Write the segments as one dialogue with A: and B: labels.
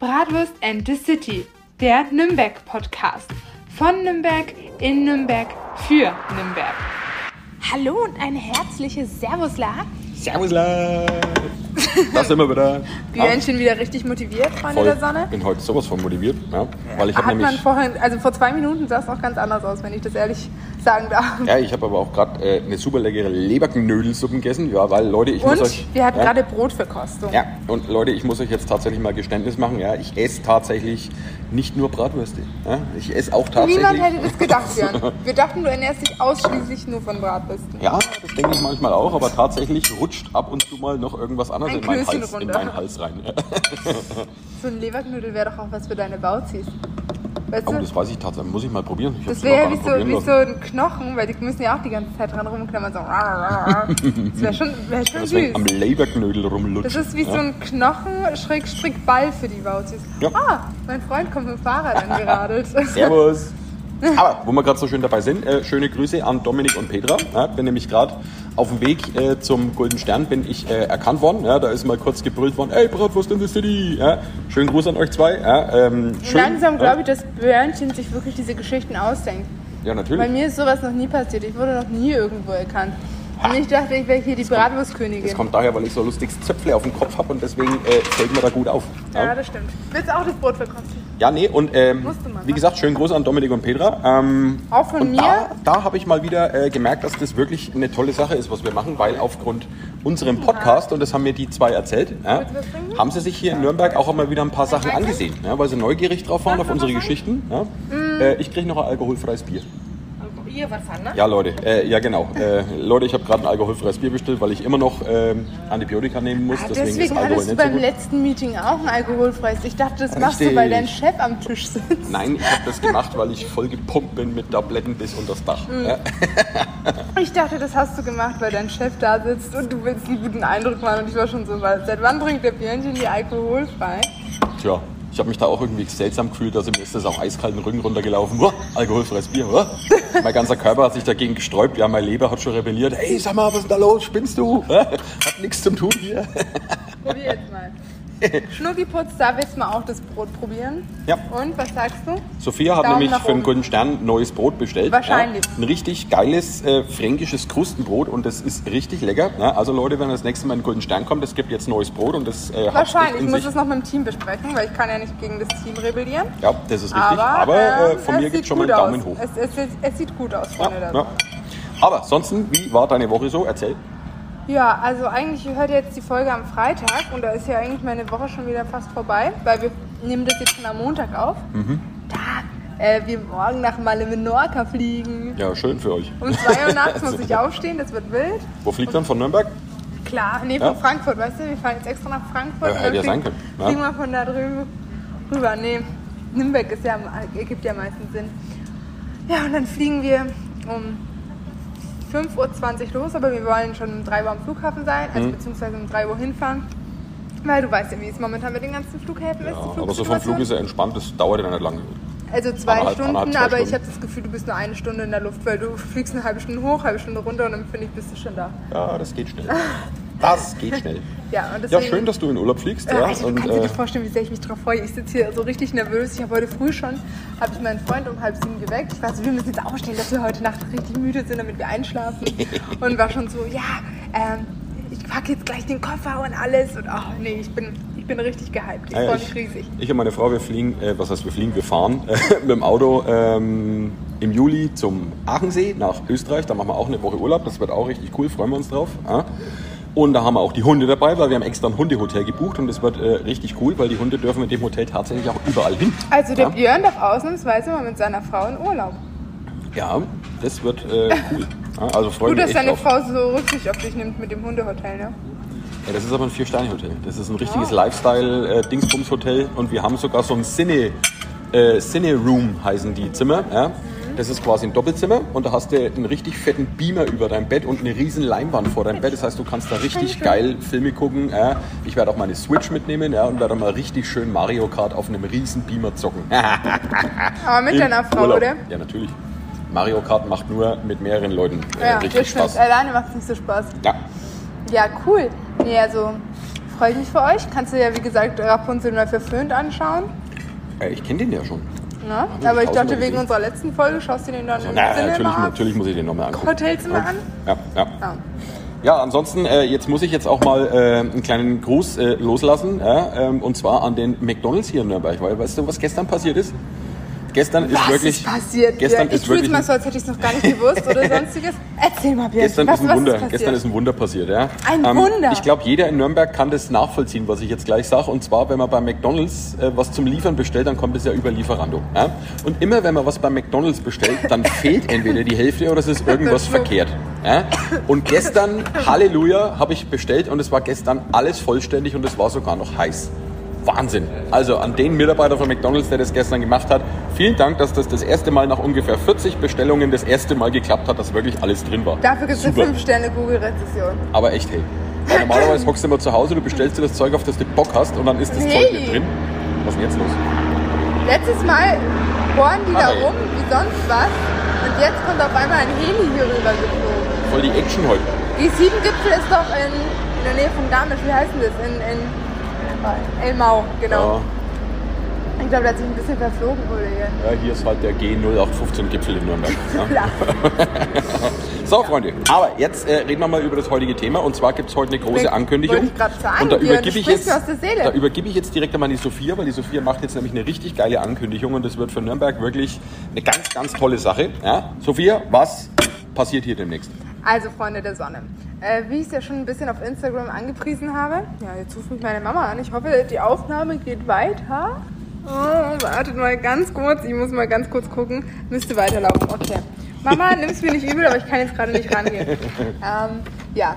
A: Bratwurst and the City, der Nürnberg-Podcast. Von Nürnberg, in Nürnberg, für Nürnberg. Hallo und ein herzliches Servus, La.
B: Servus, la. Da sind wir wieder.
A: Björnchen wieder richtig motiviert,
B: Ah,
A: Freunde
B: voll.
A: der Sonne.
B: bin heute sowas von motiviert. Ja, weil ich
A: Hat
B: habe
A: man
B: nämlich.
A: vorhin, also vor zwei Minuten sah es noch ganz anders aus, wenn ich das ehrlich sagen darf.
B: Ja, ich habe aber auch gerade äh, eine super leckere Leberknödelsuppe gegessen. Ja, weil Leute, ich muss euch.
A: Und wir hatten
B: ja,
A: gerade Brotverkostung.
B: Ja, und Leute, ich muss euch jetzt tatsächlich mal Geständnis machen. Ja, ich esse tatsächlich nicht nur Bratwürste. Ja, ich esse auch tatsächlich.
A: Niemand hätte das gedacht, Björn. Wir dachten, du ernährst dich ausschließlich nur von Bratwürsten.
B: ja, das denke ich manchmal auch, aber tatsächlich rutscht ab und zu mal noch irgendwas anderes
A: Ein
B: in meinen,
A: Klößchen
B: Hals, in
A: runter.
B: meinen Hals rein. Ja.
A: So ein Leberknödel wäre doch auch was für deine Bauzis. Weißt
B: Oh,
A: du?
B: das weiß ich tatsächlich. Muss ich mal probieren. Ich hab's
A: Das wäre ja
B: noch
A: wie
B: gar nicht
A: so, wie
B: probieren
A: so ein Knochen, weil die müssen ja auch die ganze Zeit dran rumknabbern. So. Das wäre schon, wär schon
B: lassen. Deswegen am
A: süß.
B: Leberknödel rumlutschen.
A: Das ist wie
B: ja.
A: so ein Knochen-Ball für die Bauzis.
B: Ja.
A: Ah, mein Freund kommt mit dem Fahrrad angeradelt.
B: Servus. Aber wo wir gerade so schön dabei sind, äh, schöne Grüße an Dominik und Petra. Ja, bin nämlich gerade auf dem Weg äh, zum Golden Stern, bin ich äh, erkannt worden. Ja, da ist mal kurz gebrüllt worden, ey, Bratwurst in the City. Ja, schönen Gruß an euch zwei. Ja, ähm, schön,
A: Langsam
B: ja,
A: glaube ich, dass Björnchen sich wirklich diese Geschichten ausdenkt. Bei
B: Ja, natürlich.
A: mir ist sowas noch nie passiert. Ich wurde noch nie irgendwo erkannt. Und ich dachte, ich wäre hier die
B: Das
A: Bratwurstkönigin.
B: kommt daher, weil ich so lustiges Zöpfle auf dem Kopf habe und deswegen äh, fällt mir da gut auf.
A: Ja,
B: Ja,
A: das stimmt. Willst du auch das Brot verkosten?
B: ja nee, und ähm,
A: Musste man, ne?
B: wie gesagt, schönen Gruß an Dominik und Petra. Ähm,
A: Auch von
B: und
A: mir?
B: Da, da habe ich mal wieder äh, gemerkt, dass das wirklich eine tolle Sache ist, was wir machen, weil aufgrund unserem Podcast, und das haben mir die zwei erzählt, ja,
A: Willst du was trinken?
B: haben sie sich hier in Nürnberg auch einmal wieder ein paar Sachen angesehen, ja, weil sie neugierig drauf waren auf unsere Geschichten. Ja.
A: Mm.
B: Äh, ich kriege noch ein alkoholfreies Bier.
C: Ihr was an, ne?
B: Ja, Leute, äh, ja genau. Äh, Leute, ich habe gerade ein alkoholfreies Bier bestellt, weil ich immer noch ähm, Antibiotika nehmen muss, deswegen,
A: Ah, Deswegen
B: ist Alkohol
A: hattest du
B: nicht so
A: beim
B: gut.
A: letzten Meeting auch ein alkoholfreies. Ich dachte, das machst du,
B: Richtig.
A: weil dein Chef am Tisch sitzt.
B: Nein, ich habe das gemacht, weil ich voll gepumpt bin mit Tabletten bis unters Dach.
A: Mm.
B: Ja.
A: Ich dachte, das hast du gemacht, weil dein Chef da sitzt und du willst einen guten Eindruck machen. Und ich war schon so, weil seit wann trinkt der Björnchen die alkoholfrei?
B: Tja, ich habe mich da auch irgendwie seltsam gefühlt, also mir ist das auch eiskalten Rücken runtergelaufen. Uah, alkoholfreies Bier, uah. Mein ganzer Körper hat sich dagegen gesträubt, ja, meine Leber hat schon rebelliert. Hey, sag mal, was ist denn da los? Spinnst du? Hat nichts zum Tun hier.
A: Probier jetzt mal. Schnuckiputz, darf jetzt mal auch das Brot probieren?
B: Ja.
A: Und, was sagst du?
B: Sophia hat
A: Daumen
B: nämlich
A: nach
B: für den
A: oben.
B: Golden Stern neues Brot bestellt.
A: Wahrscheinlich.
B: Ja, ein richtig geiles äh, fränkisches Krustenbrot und das ist richtig lecker. Ja, also Leute, wenn ihr das nächste Mal in den Golden Stern kommt, es gibt jetzt neues Brot und das äh, hat
A: Wahrscheinlich.
B: in
A: Ich muss
B: sich.
A: es noch mit dem Team besprechen, weil ich kann ja nicht gegen das Team rebellieren.
B: Ja, das ist richtig. Aber, äh,
A: ähm,
B: von
A: es
B: mir gibt
A: sieht
B: es schon mal einen
A: gut
B: Daumen
A: aus.
B: hoch.
A: Es, es, es, es sieht gut aus, Freunde.
B: Ja,
A: da
B: ja. Aber ansonsten, wie war deine Woche so? Erzähl.
A: Ja, also eigentlich hört jetzt die Folge am Freitag und da ist ja eigentlich meine Woche schon wieder fast vorbei, weil wir nehmen das jetzt schon am Montag auf. Da äh, wir morgen nach Malle Menorca fliegen.
B: Ja, schön für euch.
A: Um 2 Uhr nachts muss ich aufstehen, das wird wild.
B: Wo fliegt man von Nürnberg?
A: Klar, nee,
B: Ja.
A: von Frankfurt, weißt du, wir fahren jetzt extra nach Frankfurt
B: Ja,
A: und
B: hätte ja
A: dann
B: sein
A: fliegen,
B: können, ja.
A: fliegen wir von da drüben rüber. Nee, Nürnberg ist ja, am- ergibt ja am meisten Sinn. Ja, und dann fliegen wir um 5.20 Uhr los, aber wir wollen schon um 3 Uhr am Flughafen sein,
B: Mhm.
A: also beziehungsweise um 3 Uhr hinfahren. Weil du weißt ja, wie es momentan mit den ganzen Flughäfen ist.
B: Ja,
A: die
B: aber so vom Flug
A: Flugsituation.
B: ist er entspannt, das dauert ja nicht lange.
A: Also zwei
B: anderthalb-
A: Stunden,
B: anderthalb, zwei
A: aber ich
B: Stunden.
A: habe das Gefühl, du bist nur eine Stunde in der Luft, weil du fliegst eine halbe Stunde hoch, halbe Stunde runter und dann finde ich, bist du schon da.
B: Ja, das geht schnell. Das geht schnell.
A: Ja, und
B: Ja,
A: deswegen,
B: schön, dass du in Urlaub fliegst.
A: Ja,
B: Ja,
A: also, du
B: und,
A: kannst dir
B: äh,
A: nicht vorstellen, wie sehr ich mich drauf freue. Ich sitze hier so richtig nervös. Ich habe heute früh schon, habe ich meinen Freund um halb sieben geweckt. Ich war so, wir müssen jetzt aufstehen, dass wir heute Nacht richtig müde sind, damit wir einschlafen. Und war schon so, ja, ähm, ich packe jetzt gleich den Koffer und alles. Und ach nee, ich bin, ich bin richtig gehypt. Ich
B: Ah ja,
A: freue
B: ich,
A: mich riesig.
B: ich und meine Frau, wir fliegen, äh, was heißt wir fliegen, wir fahren äh, mit dem Auto ähm, im Juli zum Aachensee nach Österreich. Da machen wir auch eine Woche Urlaub, das wird auch richtig cool, freuen wir uns drauf. Ja. Und da haben wir auch die Hunde dabei, weil wir haben extra ein Hundehotel gebucht und das wird äh, richtig cool, weil die Hunde dürfen in dem Hotel tatsächlich auch überall hin.
A: Also der
B: Ja.
A: Björn darf ausnahmsweise mal mit seiner Frau in Urlaub.
B: Ja, das wird äh, cool. Ja, also freuen
A: Gut,
B: wir
A: dass
B: uns
A: deine
B: drauf.
A: Frau so Rücksicht auf dich nimmt mit dem Hundehotel, ne?
B: Ja, das ist aber ein Vier-Sterne-Hotel. Das ist ein richtiges Lifestyle-Dingsbums-Hotel und wir haben sogar so ein Cine, äh, Cine-Room heißen die Zimmer. Ja? Das ist quasi ein Doppelzimmer und da hast du einen richtig fetten Beamer über deinem Bett und eine riesen Leinwand vor deinem Bett. Das heißt, du kannst da richtig geil Filme gucken. Ja? Ich werde auch meine Switch mitnehmen ja? und werde mal richtig schön Mario Kart auf einem riesen Beamer zocken.
A: Aber mit
B: Im
A: deiner Frau,
B: Urlaub.
A: oder?
B: Ja, natürlich. Mario Kart macht nur mit mehreren Leuten äh,
A: Ja, das
B: richtig
A: stimmt. Äh,
B: Spaß.
A: Alleine macht es nicht so Spaß.
B: Ja.
A: Ja, cool. Nee, also Freue ich mich für euch. Kannst du ja, wie gesagt, Rapunzel neu verföhnt anschauen.
B: Äh, ich kenne den ja schon.
A: Ne?
B: ich
A: Aber ich
B: tausendmal
A: dachte, wegen
B: gesehen.
A: unserer letzten Folge schaust du den dann im
B: eh. Na,
A: Cinema
B: natürlich,
A: an.
B: natürlich muss ich den nochmal angucken.
A: Hotelzimmer
B: ja.
A: an?
B: Ja, ja.
A: Ja.
B: Ja, ansonsten, äh, jetzt muss ich jetzt auch mal äh, einen kleinen Gruß äh, loslassen. Ja, ähm, und zwar an den McDonalds hier in Nürnberg. Weil weißt du, was gestern passiert ist? Gestern ist
A: Was
B: wirklich.
A: ist passiert?
B: Gestern
A: Björn? ich
B: ist
A: tue jetzt
B: wirklich.
A: mal so, als hätte ich es noch gar nicht gewusst oder sonstiges. Erzähl mal, Björn.
B: Gestern
A: was,
B: ist ein
A: was
B: Wunder.
A: Ist passiert?
B: gestern ist ein Wunder passiert, ja. Ähm,
A: Ein Wunder.
B: Ich glaube, jeder in Nürnberg kann das nachvollziehen, was ich jetzt gleich sage. Und zwar, wenn man bei McDonalds äh, was zum Liefern bestellt, dann kommt es ja über Lieferando. Ja? Und immer, wenn man was bei McDonalds bestellt, dann fehlt entweder die Hälfte oder es ist irgendwas
A: Schluck.
B: verkehrt. Ja? Und gestern, Halleluja, habe ich bestellt und es war gestern alles vollständig und es war sogar noch heiß. Wahnsinn. Also an den Mitarbeiter von McDonalds, der das gestern gemacht hat, vielen Dank, dass das das erste Mal nach ungefähr 40 Bestellungen das erste Mal geklappt hat, dass wirklich alles drin war.
A: Dafür gibt es eine
B: Super.
A: 5-Sterne-Google-Rezession.
B: Aber echt, hey. Weil normalerweise hockst du immer zu Hause, du bestellst dir das Zeug, auf das du Bock hast und dann ist das
A: Nee.
B: Zeug nicht drin. Was ist denn jetzt los?
A: Letztes Mal bohren die da
B: Aber-
A: rum wie sonst was und jetzt kommt auf einmal ein Heli hier rüber geflogen.
B: Voll die Action heute.
A: Die Sieben-Gipfel ist doch in, in der Nähe von Garmisch. Wie heißt denn das? In, in Elmau, genau.
B: Ja,
A: Ich glaube, da hat sich ein bisschen verflogen, Kollege.
B: ja, hier ist halt der G0815-Gipfel in Nürnberg. Ja.
A: Klar.
B: So, Freunde, aber jetzt äh, reden wir mal über das heutige Thema. Und zwar gibt es heute eine große
A: Wollte-
B: Ankündigung.
A: wollte ich grad sagen,
B: und da
A: Björn,
B: übergebe
A: du
B: ich,
A: sprichst
B: jetzt-
A: mir aus der Seele.
B: da übergebe ich jetzt direkt einmal an die Sophia, weil die Sophia macht jetzt nämlich eine richtig geile Ankündigung und das wird für Nürnberg wirklich eine ganz, ganz tolle Sache. Ja? Sophia, was passiert hier demnächst?
A: Also Freunde der Sonne, äh, wie ich es ja schon ein bisschen auf Instagram angepriesen habe, ja, jetzt ruft mich meine Mama an. Ich hoffe, die Aufnahme geht weiter. Oh, wartet mal ganz kurz, ich muss mal ganz kurz gucken. Müsste weiterlaufen, okay. Mama, nimm es mir nicht übel, aber ich kann jetzt gerade nicht rangehen. Ähm, ja.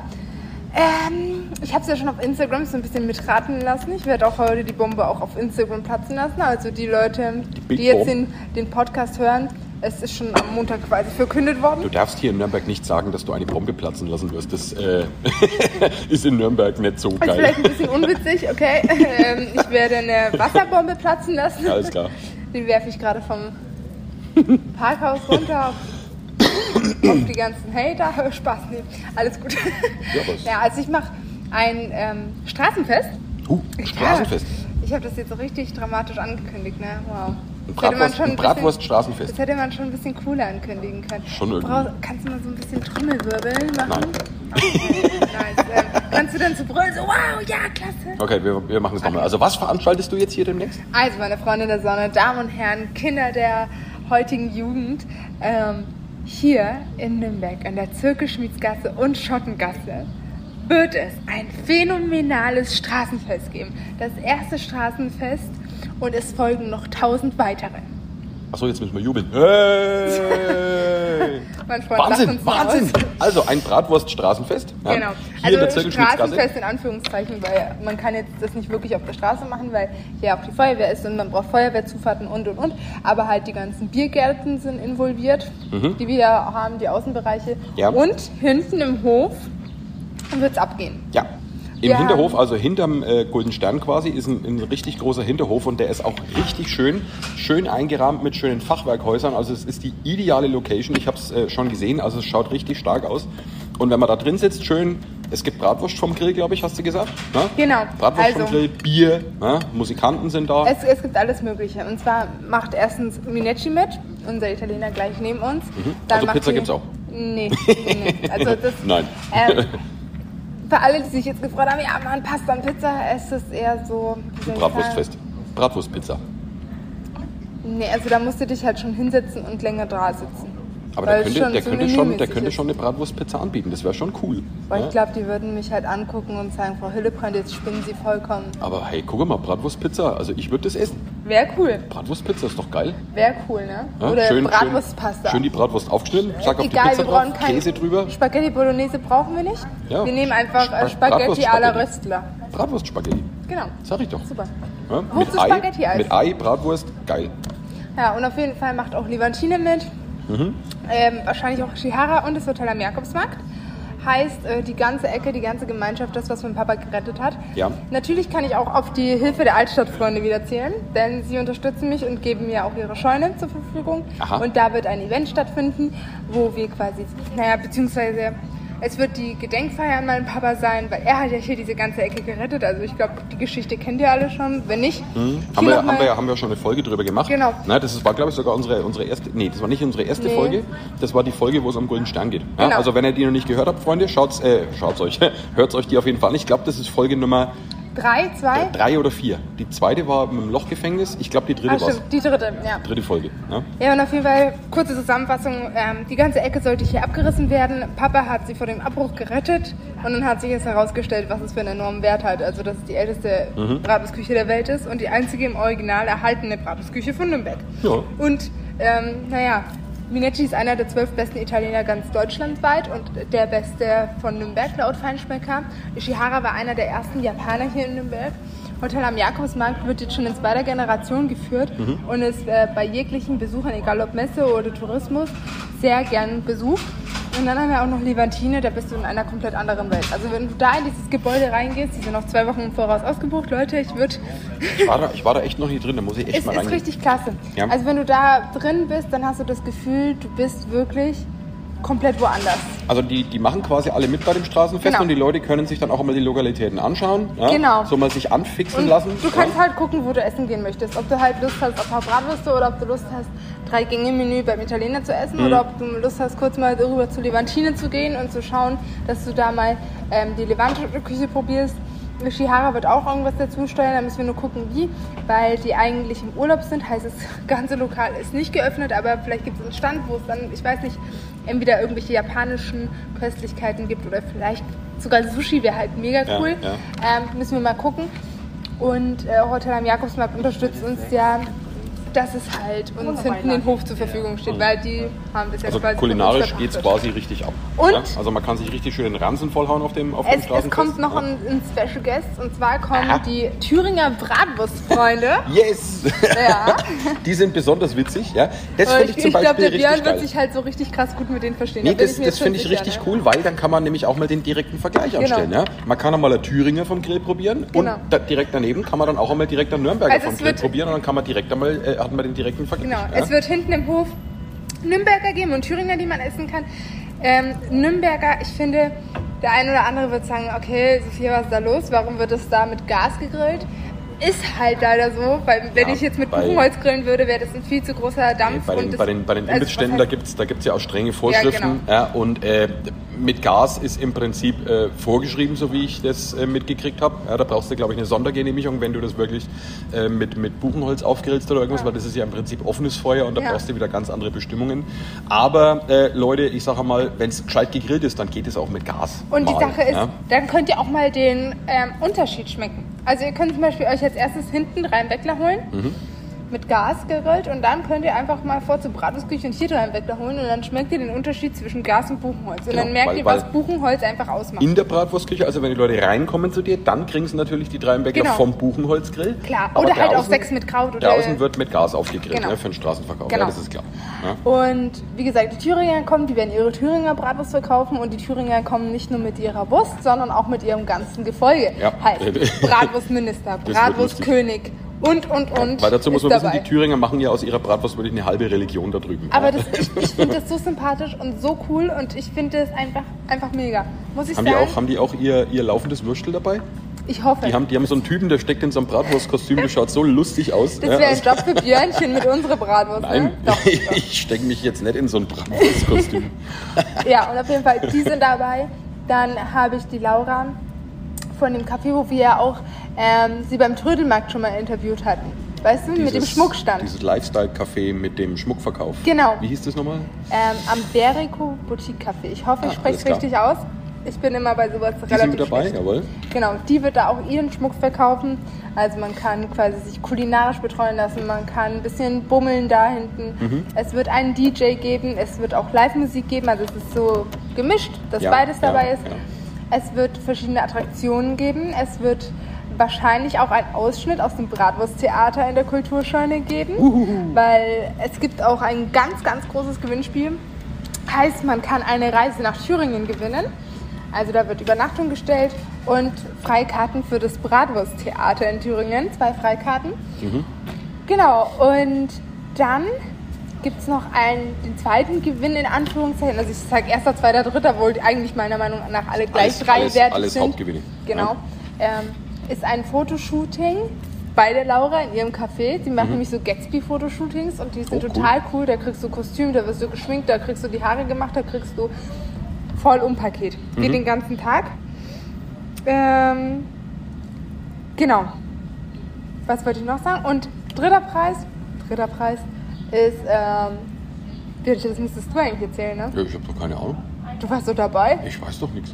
A: Ähm, ich habe es ja schon auf Instagram so ein bisschen mitraten lassen. Ich werde auch heute die Bombe auch auf Instagram platzen lassen. Also die Leute, die,
B: Big
A: jetzt
B: Bomb.
A: den, den Podcast hören, es ist schon am Montag quasi verkündet worden.
B: Du darfst hier in Nürnberg nicht sagen, dass du eine Bombe platzen lassen wirst. Das äh, ist in Nürnberg nicht so
A: Ist
B: geil.
A: vielleicht ein bisschen unwitzig, okay. Ähm, ich werde eine Wasserbombe platzen lassen.
B: Alles klar.
A: Die werfe ich gerade vom Parkhaus runter auf, auf die ganzen Hater. Spaß, nee, alles gut.
B: Ja, aber es-
A: Ja, also ich mache ein ähm, Straßenfest.
B: Uh, Straßenfest.
A: Ja, ich habe das jetzt so richtig dramatisch angekündigt, ne? Wow.
B: Ein
A: Das hätte man
B: Bratwurst-
A: schon bisschen-
B: ein Bratwurst-Straßenfest.
A: Das hätte man schon ein bisschen cooler ankündigen können.
B: Schon irgendwie.
A: Brauch, kannst du mal so ein bisschen Trommelwirbel machen?
B: Nein.
A: Okay, nice. Ähm, kannst du dann zu brüllen, so wow, ja, klasse.
B: Okay, wir, wir machen es nochmal. Also was veranstaltest du jetzt hier demnächst?
A: Also, meine Freunde der Sonne, Damen und Herren, Kinder der heutigen Jugend, ähm, hier in Nürnberg an der Zirkelschmiedsgasse und Schottengasse wird es ein phänomenales Straßenfest geben. Das erste Straßenfest und es folgen noch tausend weitere.
B: Achso, jetzt müssen wir jubeln. Hey!
A: Mein Freund lacht
B: Wahnsinn,
A: uns
B: Wahnsinn!
A: Aus.
B: Also ein Bratwurst-Straßenfest. ja.
A: Genau.
B: Hier in der
A: Also
B: Zirkelschmidtsgasse.
A: Straßenfest in Anführungszeichen, weil man kann jetzt das nicht wirklich auf der Straße machen, weil hier auch die Feuerwehr ist und man braucht Feuerwehrzufahrten und und und. Aber halt die ganzen Biergärten sind involviert, die wir ja haben, die Außenbereiche.
B: Mhm. Ja.
A: Und hinten im Hof wird's abgehen.
B: Ja. Im
A: Wir
B: Hinterhof,
A: haben-
B: also hinterm äh, Golden Stern quasi, ist ein, ein richtig großer Hinterhof und der ist auch richtig schön, schön eingerahmt mit schönen Fachwerkhäusern. Also es ist die ideale Location. Ich habe es äh, schon gesehen, also es schaut richtig stark aus. Und wenn man da drin sitzt, schön, es gibt Bratwurst vom Grill, glaube ich, hast du gesagt. Ne?
A: Genau.
B: Bratwurst vom
A: Also-
B: Grill, Bier, ne? Musikanten sind da.
A: Es, es gibt alles Mögliche. Und zwar macht erstens Minecci mit, unser Italiener gleich neben uns.
B: Also
A: macht
B: Pizza
A: die-
B: gibt's auch?
A: Nee, nee. Also das,
B: Nein.
A: Ähm, für alle, die sich jetzt gefreut haben, ja, man passt an Pizza, es ist eher so. wie soll ich
B: Bratwurstfest. Bratwurstpizza.
A: sagen? Nee, also da musst du dich halt schon hinsetzen und länger dran sitzen.
B: Aber
A: Weil
B: der
A: es
B: könnte, der,
A: so
B: könnte schon, der
A: menümäßig
B: könnte
A: ist.
B: schon eine Bratwurstpizza anbieten, das wäre schon cool.
A: Weil
B: ne?
A: ich glaube, die würden mich halt angucken und sagen, Frau Hüllebrand, jetzt spinnen Sie vollkommen.
B: Aber hey, guck mal, Bratwurstpizza, also ich würde das essen.
A: Wäre cool.
B: Bratwurstpizza ist doch geil.
A: Wäre cool, ne?
B: Ja,
A: Oder
B: schön-
A: Bratwurstpasta.
B: Schön, schön die Bratwurst aufgeschnitten, zack auf die
A: Egal,
B: Pizza
A: wir brauchen
B: drauf,
A: kein
B: Käse drüber.
A: Spaghetti Bolognese brauchen wir nicht.
B: Ja.
A: Wir nehmen einfach äh,
B: Spa-
A: Spaghetti à la
B: Bratwurst-Spaghetti.
A: Röstler.
B: Bratwurstspaghetti,
A: Genau.
B: sag ich doch.
A: Super.
B: Ja,
A: Hoch
B: mit,
A: zu
B: Ei,
A: Spaghetti-Eis.
B: mit Ei, Bratwurst, geil.
A: Ja, und auf jeden Fall macht auch Levantine mit.
B: Mhm.
A: Ähm, wahrscheinlich auch Shihara und das Hotel am Jakobsmarkt. Heißt, äh, die ganze Ecke, die ganze Gemeinschaft, das, was mein Papa gerettet hat.
B: Ja.
A: Natürlich kann ich auch auf die Hilfe der Altstadtfreunde wieder zählen, denn sie unterstützen mich und geben mir auch ihre Scheune zur Verfügung.
B: Aha.
A: Und da wird ein Event stattfinden, wo wir quasi, naja, beziehungsweise Es wird die Gedenkfeier an meinen Papa sein, weil er hat ja hier diese ganze Ecke gerettet. Also ich glaube, die Geschichte kennt ihr alle schon. Wenn nicht, hier
B: Mhm. Haben wir,
A: noch mal-
B: haben, wir, ja- haben wir schon eine Folge drüber gemacht.
A: Genau.
B: Na, das ist- war, glaube ich, sogar unsere, unsere erste. Nee, das war nicht unsere erste
A: Nee.
B: Folge. Das war die Folge, wo es um Golden Stern geht. Ja,
A: Genau.
B: Also, wenn ihr die noch nicht gehört habt, Freunde, schaut's, äh, schaut's euch, hört's euch die auf jeden Fall an. Ich glaube, das ist Folge Nummer
A: drei, zwei.
B: drei oder vier. Die zweite war mit dem Lochgefängnis. Ich glaube, die
A: Ah,
B: dritte war's.
A: stimmt, die dritte, ja.
B: Dritte Folge. Ja?
A: Ja, und auf jeden Fall, kurze Zusammenfassung, ähm, die ganze Ecke sollte hier abgerissen werden. Papa hat sie vor dem Abbruch gerettet und dann hat sich jetzt herausgestellt, was es für einen enormen Wert hat. Also, dass es die älteste
B: Mhm.
A: Bratusküche der Welt ist und die einzige im Original erhaltene Bratusküche von Nürnberg.
B: Ja.
A: Und, ähm, naja, Minetti ist einer der zwölf besten Italiener ganz deutschlandweit und der beste von Nürnberg, laut Feinschmecker. Ishihara war einer der ersten Japaner hier in Nürnberg. Hotel am Jakobsmarkt wird jetzt schon in zweiter Generation geführt und ist äh, bei jeglichen Besuchern, egal ob Messe oder Tourismus, sehr gern besucht. Und dann haben wir auch noch Levantine, da bist du in einer komplett anderen Welt. Also wenn du da in dieses Gebäude reingehst, die sind noch zwei Wochen im Voraus ausgebucht, Leute, ich würde
B: Ich, war da, ich war da echt noch nie drin. Da muss ich echt
A: es
B: mal
A: ist
B: rein.
A: richtig klasse.
B: Ja.
A: Also wenn du da drin bist, dann hast du das Gefühl, du bist wirklich komplett woanders.
B: Also die, die machen quasi alle mit bei dem Straßenfest
A: Genau.
B: und die Leute können sich dann auch immer die Lokalitäten anschauen. Ja?
A: Genau.
B: So mal sich anfixen
A: Und
B: lassen.
A: du kannst
B: ja? Also
A: halt gucken, wo du essen gehen möchtest. Ob du halt Lust hast auf ein paar Bratwürste oder ob du Lust hast, drei Gänge Menü beim Italiener zu
B: Mhm.
A: essen oder ob du Lust hast, kurz mal rüber zu Levantine zu gehen und zu schauen, dass du da mal ähm, die Levante-Küche probierst. Shihara wird auch irgendwas dazu steuern, da müssen wir nur gucken, wie, weil die eigentlich im Urlaub sind. Heißt, das ganze Lokal ist nicht geöffnet, aber vielleicht gibt es einen Stand, wo es dann, ich weiß nicht, entweder irgendwelche japanischen Köstlichkeiten gibt oder vielleicht sogar Sushi wäre halt mega
B: Ja,
A: cool.
B: ja.
A: Ähm, müssen wir mal gucken. Und äh, Hotel am Jakobsmarkt unterstützt uns ja, dass es halt uns hinten den Hof zur Verfügung steht, weil die haben das jetzt
B: also
A: quasi von uns
B: kulinarisch geht es
A: verpachtet.
B: quasi richtig ab.
A: Und?
B: Ja? Also man kann sich richtig schön den Ransen vollhauen auf dem, auf dem
A: Es,
B: Straßenfest.
A: es kommt noch
B: ja?
A: ein, ein Special Guest und zwar kommen
B: Aha.
A: die Thüringer Bratwurstfreunde.
B: Yes!
A: ja.
B: Die sind besonders witzig, ja. Das
A: Und
B: finde
A: ich
B: ich zum
A: ich glaube,
B: Beispiel
A: der
B: richtig
A: Björn
B: geil.
A: wird sich halt so richtig krass gut mit denen verstehen.
B: Nee,
A: Da bin
B: das,
A: mir
B: das
A: jetzt
B: finde ich
A: schon
B: richtig
A: sicher, ne?
B: cool, weil dann kann man nämlich auch mal den direkten Vergleich anstellen. Ja? Man kann einmal ein Thüringer vom Grill probieren
A: Genau.
B: und da, direkt daneben kann man dann auch einmal direkt einen Nürnberger
A: Also
B: vom
A: es
B: Grill
A: wird-
B: probieren und dann kann man direkt einmal, äh, hat man den direkten Vergleich.
A: Genau,
B: ja?
A: es wird hinten im Hof Nürnberger geben und Thüringer, die man essen kann. Ähm, Nürnberger, ich finde, der ein oder andere wird sagen, okay, Sophia, was ist da los? Warum wird es da mit Gas gegrillt? Ist halt leider so, weil wenn
B: Ja,
A: ich jetzt mit
B: bei-
A: Buchenholz grillen würde, wäre das ein viel zu großer Dampf.
B: Nee, bei,
A: und
B: den,
A: das,
B: bei den, bei den
A: also,
B: Imbissständen,
A: was
B: da gibt es da gibt's ja auch strenge Vorschriften. Ja,
A: Ja, genau.
B: und äh, mit Gas ist im Prinzip äh, vorgeschrieben, so wie ich das äh, mitgekriegt habe. Ja, da brauchst du, glaube ich, eine Sondergenehmigung, wenn du das wirklich äh, mit, mit Buchenholz aufgerillst oder irgendwas, weil das ist ja im Prinzip offenes Feuer und da
A: Ja.
B: brauchst du wieder ganz andere Bestimmungen. Aber äh, Leute, ich sage mal, wenn es gescheit gegrillt ist, dann geht es auch mit Gas.
A: Und die
B: mal,
A: Sache ist,
B: ja.
A: dann könnt ihr auch mal den ähm, Unterschied schmecken. Also ihr könnt zum Beispiel euch als erstes hinten Rheinweckler holen,
B: Mhm.
A: mit Gas gegrillt und dann könnt ihr einfach mal vor zur Bratwurstküche und hier Rheinweckler holen und dann schmeckt ihr den Unterschied zwischen Gas und Buchenholz. Und
B: Genau,
A: dann merkt
B: weil-
A: ihr,
B: weil-
A: was Buchenholz einfach ausmacht.
B: In der Bratwurstküche, also wenn die Leute reinkommen zu dir, dann kriegen sie natürlich die Dreinbecker
A: Genau.
B: vom Buchenholzgrill.
A: Klar,
B: Aber
A: oder halt auch
B: draußen-
A: Sechs mit Kraut oder...
B: Draußen wird mit Gas aufgegrillt
A: Genau.
B: ne, für den Straßenverkauf. Ja,
A: Genau.
B: das ist klar. ne? Ja.
A: Und wie gesagt, die Thüringer kommen, die werden ihre Thüringer Bratwurst verkaufen und die Thüringer kommen nicht nur mit ihrer Wurst, sondern auch mit ihrem ganzen Gefolge.
B: Ja.
A: Heißt Bratwurstminister,
B: wird
A: Bratwurstkönig und, und, und.
B: Weil dazu muss
A: ist
B: man wissen,
A: dabei.
B: die Thüringer machen ja aus ihrer Bratwurst wirklich eine halbe Religion da drüben.
A: Aber
B: ja.
A: das, ich, ich finde das so sympathisch und so cool und ich finde das einfach, einfach mega. Muss ich
B: haben, die
A: sagen,
B: auch, haben die auch ihr, ihr laufendes Würstel dabei?
A: ich hoffe.
B: Die haben, die haben so einen Typen, der steckt in so einem Bratwurstkostüm, das schaut so lustig aus.
A: das
B: ja,
A: wäre ein
B: also-
A: Job für Björnchen mit unserer Bratwurst. Ne?
B: Nein,
A: Doch.
B: ich stecke mich jetzt nicht in so ein Bratwurstkostüm.
A: Ja, und auf jeden Fall, die sind dabei. Dann habe ich die Laura von dem Café, wo wir ja auch ähm, sie beim Trödelmarkt schon mal interviewt hatten. Weißt du, mit dem
B: Dieses-
A: Schmuckstand.
B: Dieses Lifestyle-Café mit dem Schmuckverkauf.
A: Genau.
B: Wie hieß das nochmal?
A: Ähm, am Berico Boutique Café. Ich hoffe,
B: Ah,
A: ich spreche es
B: alles klar.
A: richtig aus. Ich bin immer bei sowas
B: Die
A: relativ
B: sind dabei,
A: schlecht.
B: jawohl.
A: Genau, die wird da auch ihren Schmuck verkaufen. Also man kann quasi sich kulinarisch betreuen lassen, man kann ein bisschen bummeln da hinten.
B: Mhm.
A: Es wird einen DJ geben, es wird auch Live-Musik geben, also es ist so gemischt, dass
B: Ja,
A: beides
B: ja,
A: dabei ist.
B: ja.
A: Es wird verschiedene Attraktionen geben, es wird wahrscheinlich auch einen Ausschnitt aus dem Bratwursttheater in der Kulturscheune geben, weil es gibt auch ein ganz, ganz großes Gewinnspiel. Heißt, man kann eine Reise nach Thüringen gewinnen. Also da wird Übernachtung gestellt und Freikarten für das Bratwursttheater in Thüringen. Zwei Freikarten. Genau, und dann gibt es noch einen, den zweiten Gewinn in Anführungszeichen. Also ich sage erster, zweiter, dritter, obwohl eigentlich meiner Meinung nach alle gleich
B: Alles-
A: drei
B: alles-
A: wertig
B: alles
A: sind.
B: Hauptgewinne,
A: Genau. Ähm, ist ein Fotoshooting bei der Laura in ihrem Café. Sie macht nämlich so Gatsby-Fotoshootings und die sind
B: Mhm. Oh, cool.
A: total cool. Da kriegst du Kostüm, da wirst du geschminkt, da kriegst du die Haare gemacht, da kriegst du voll um Paket. Geht
B: Mhm.
A: den ganzen Tag. Ähm, genau. Was wollte ich noch sagen? Und dritter Preis, dritter Preis ist, ähm, Birgit, das müsstest du eigentlich erzählen, ne?
B: Ja, ich habe doch keine Ahnung.
A: Du warst so dabei.
B: Ich weiß doch nichts.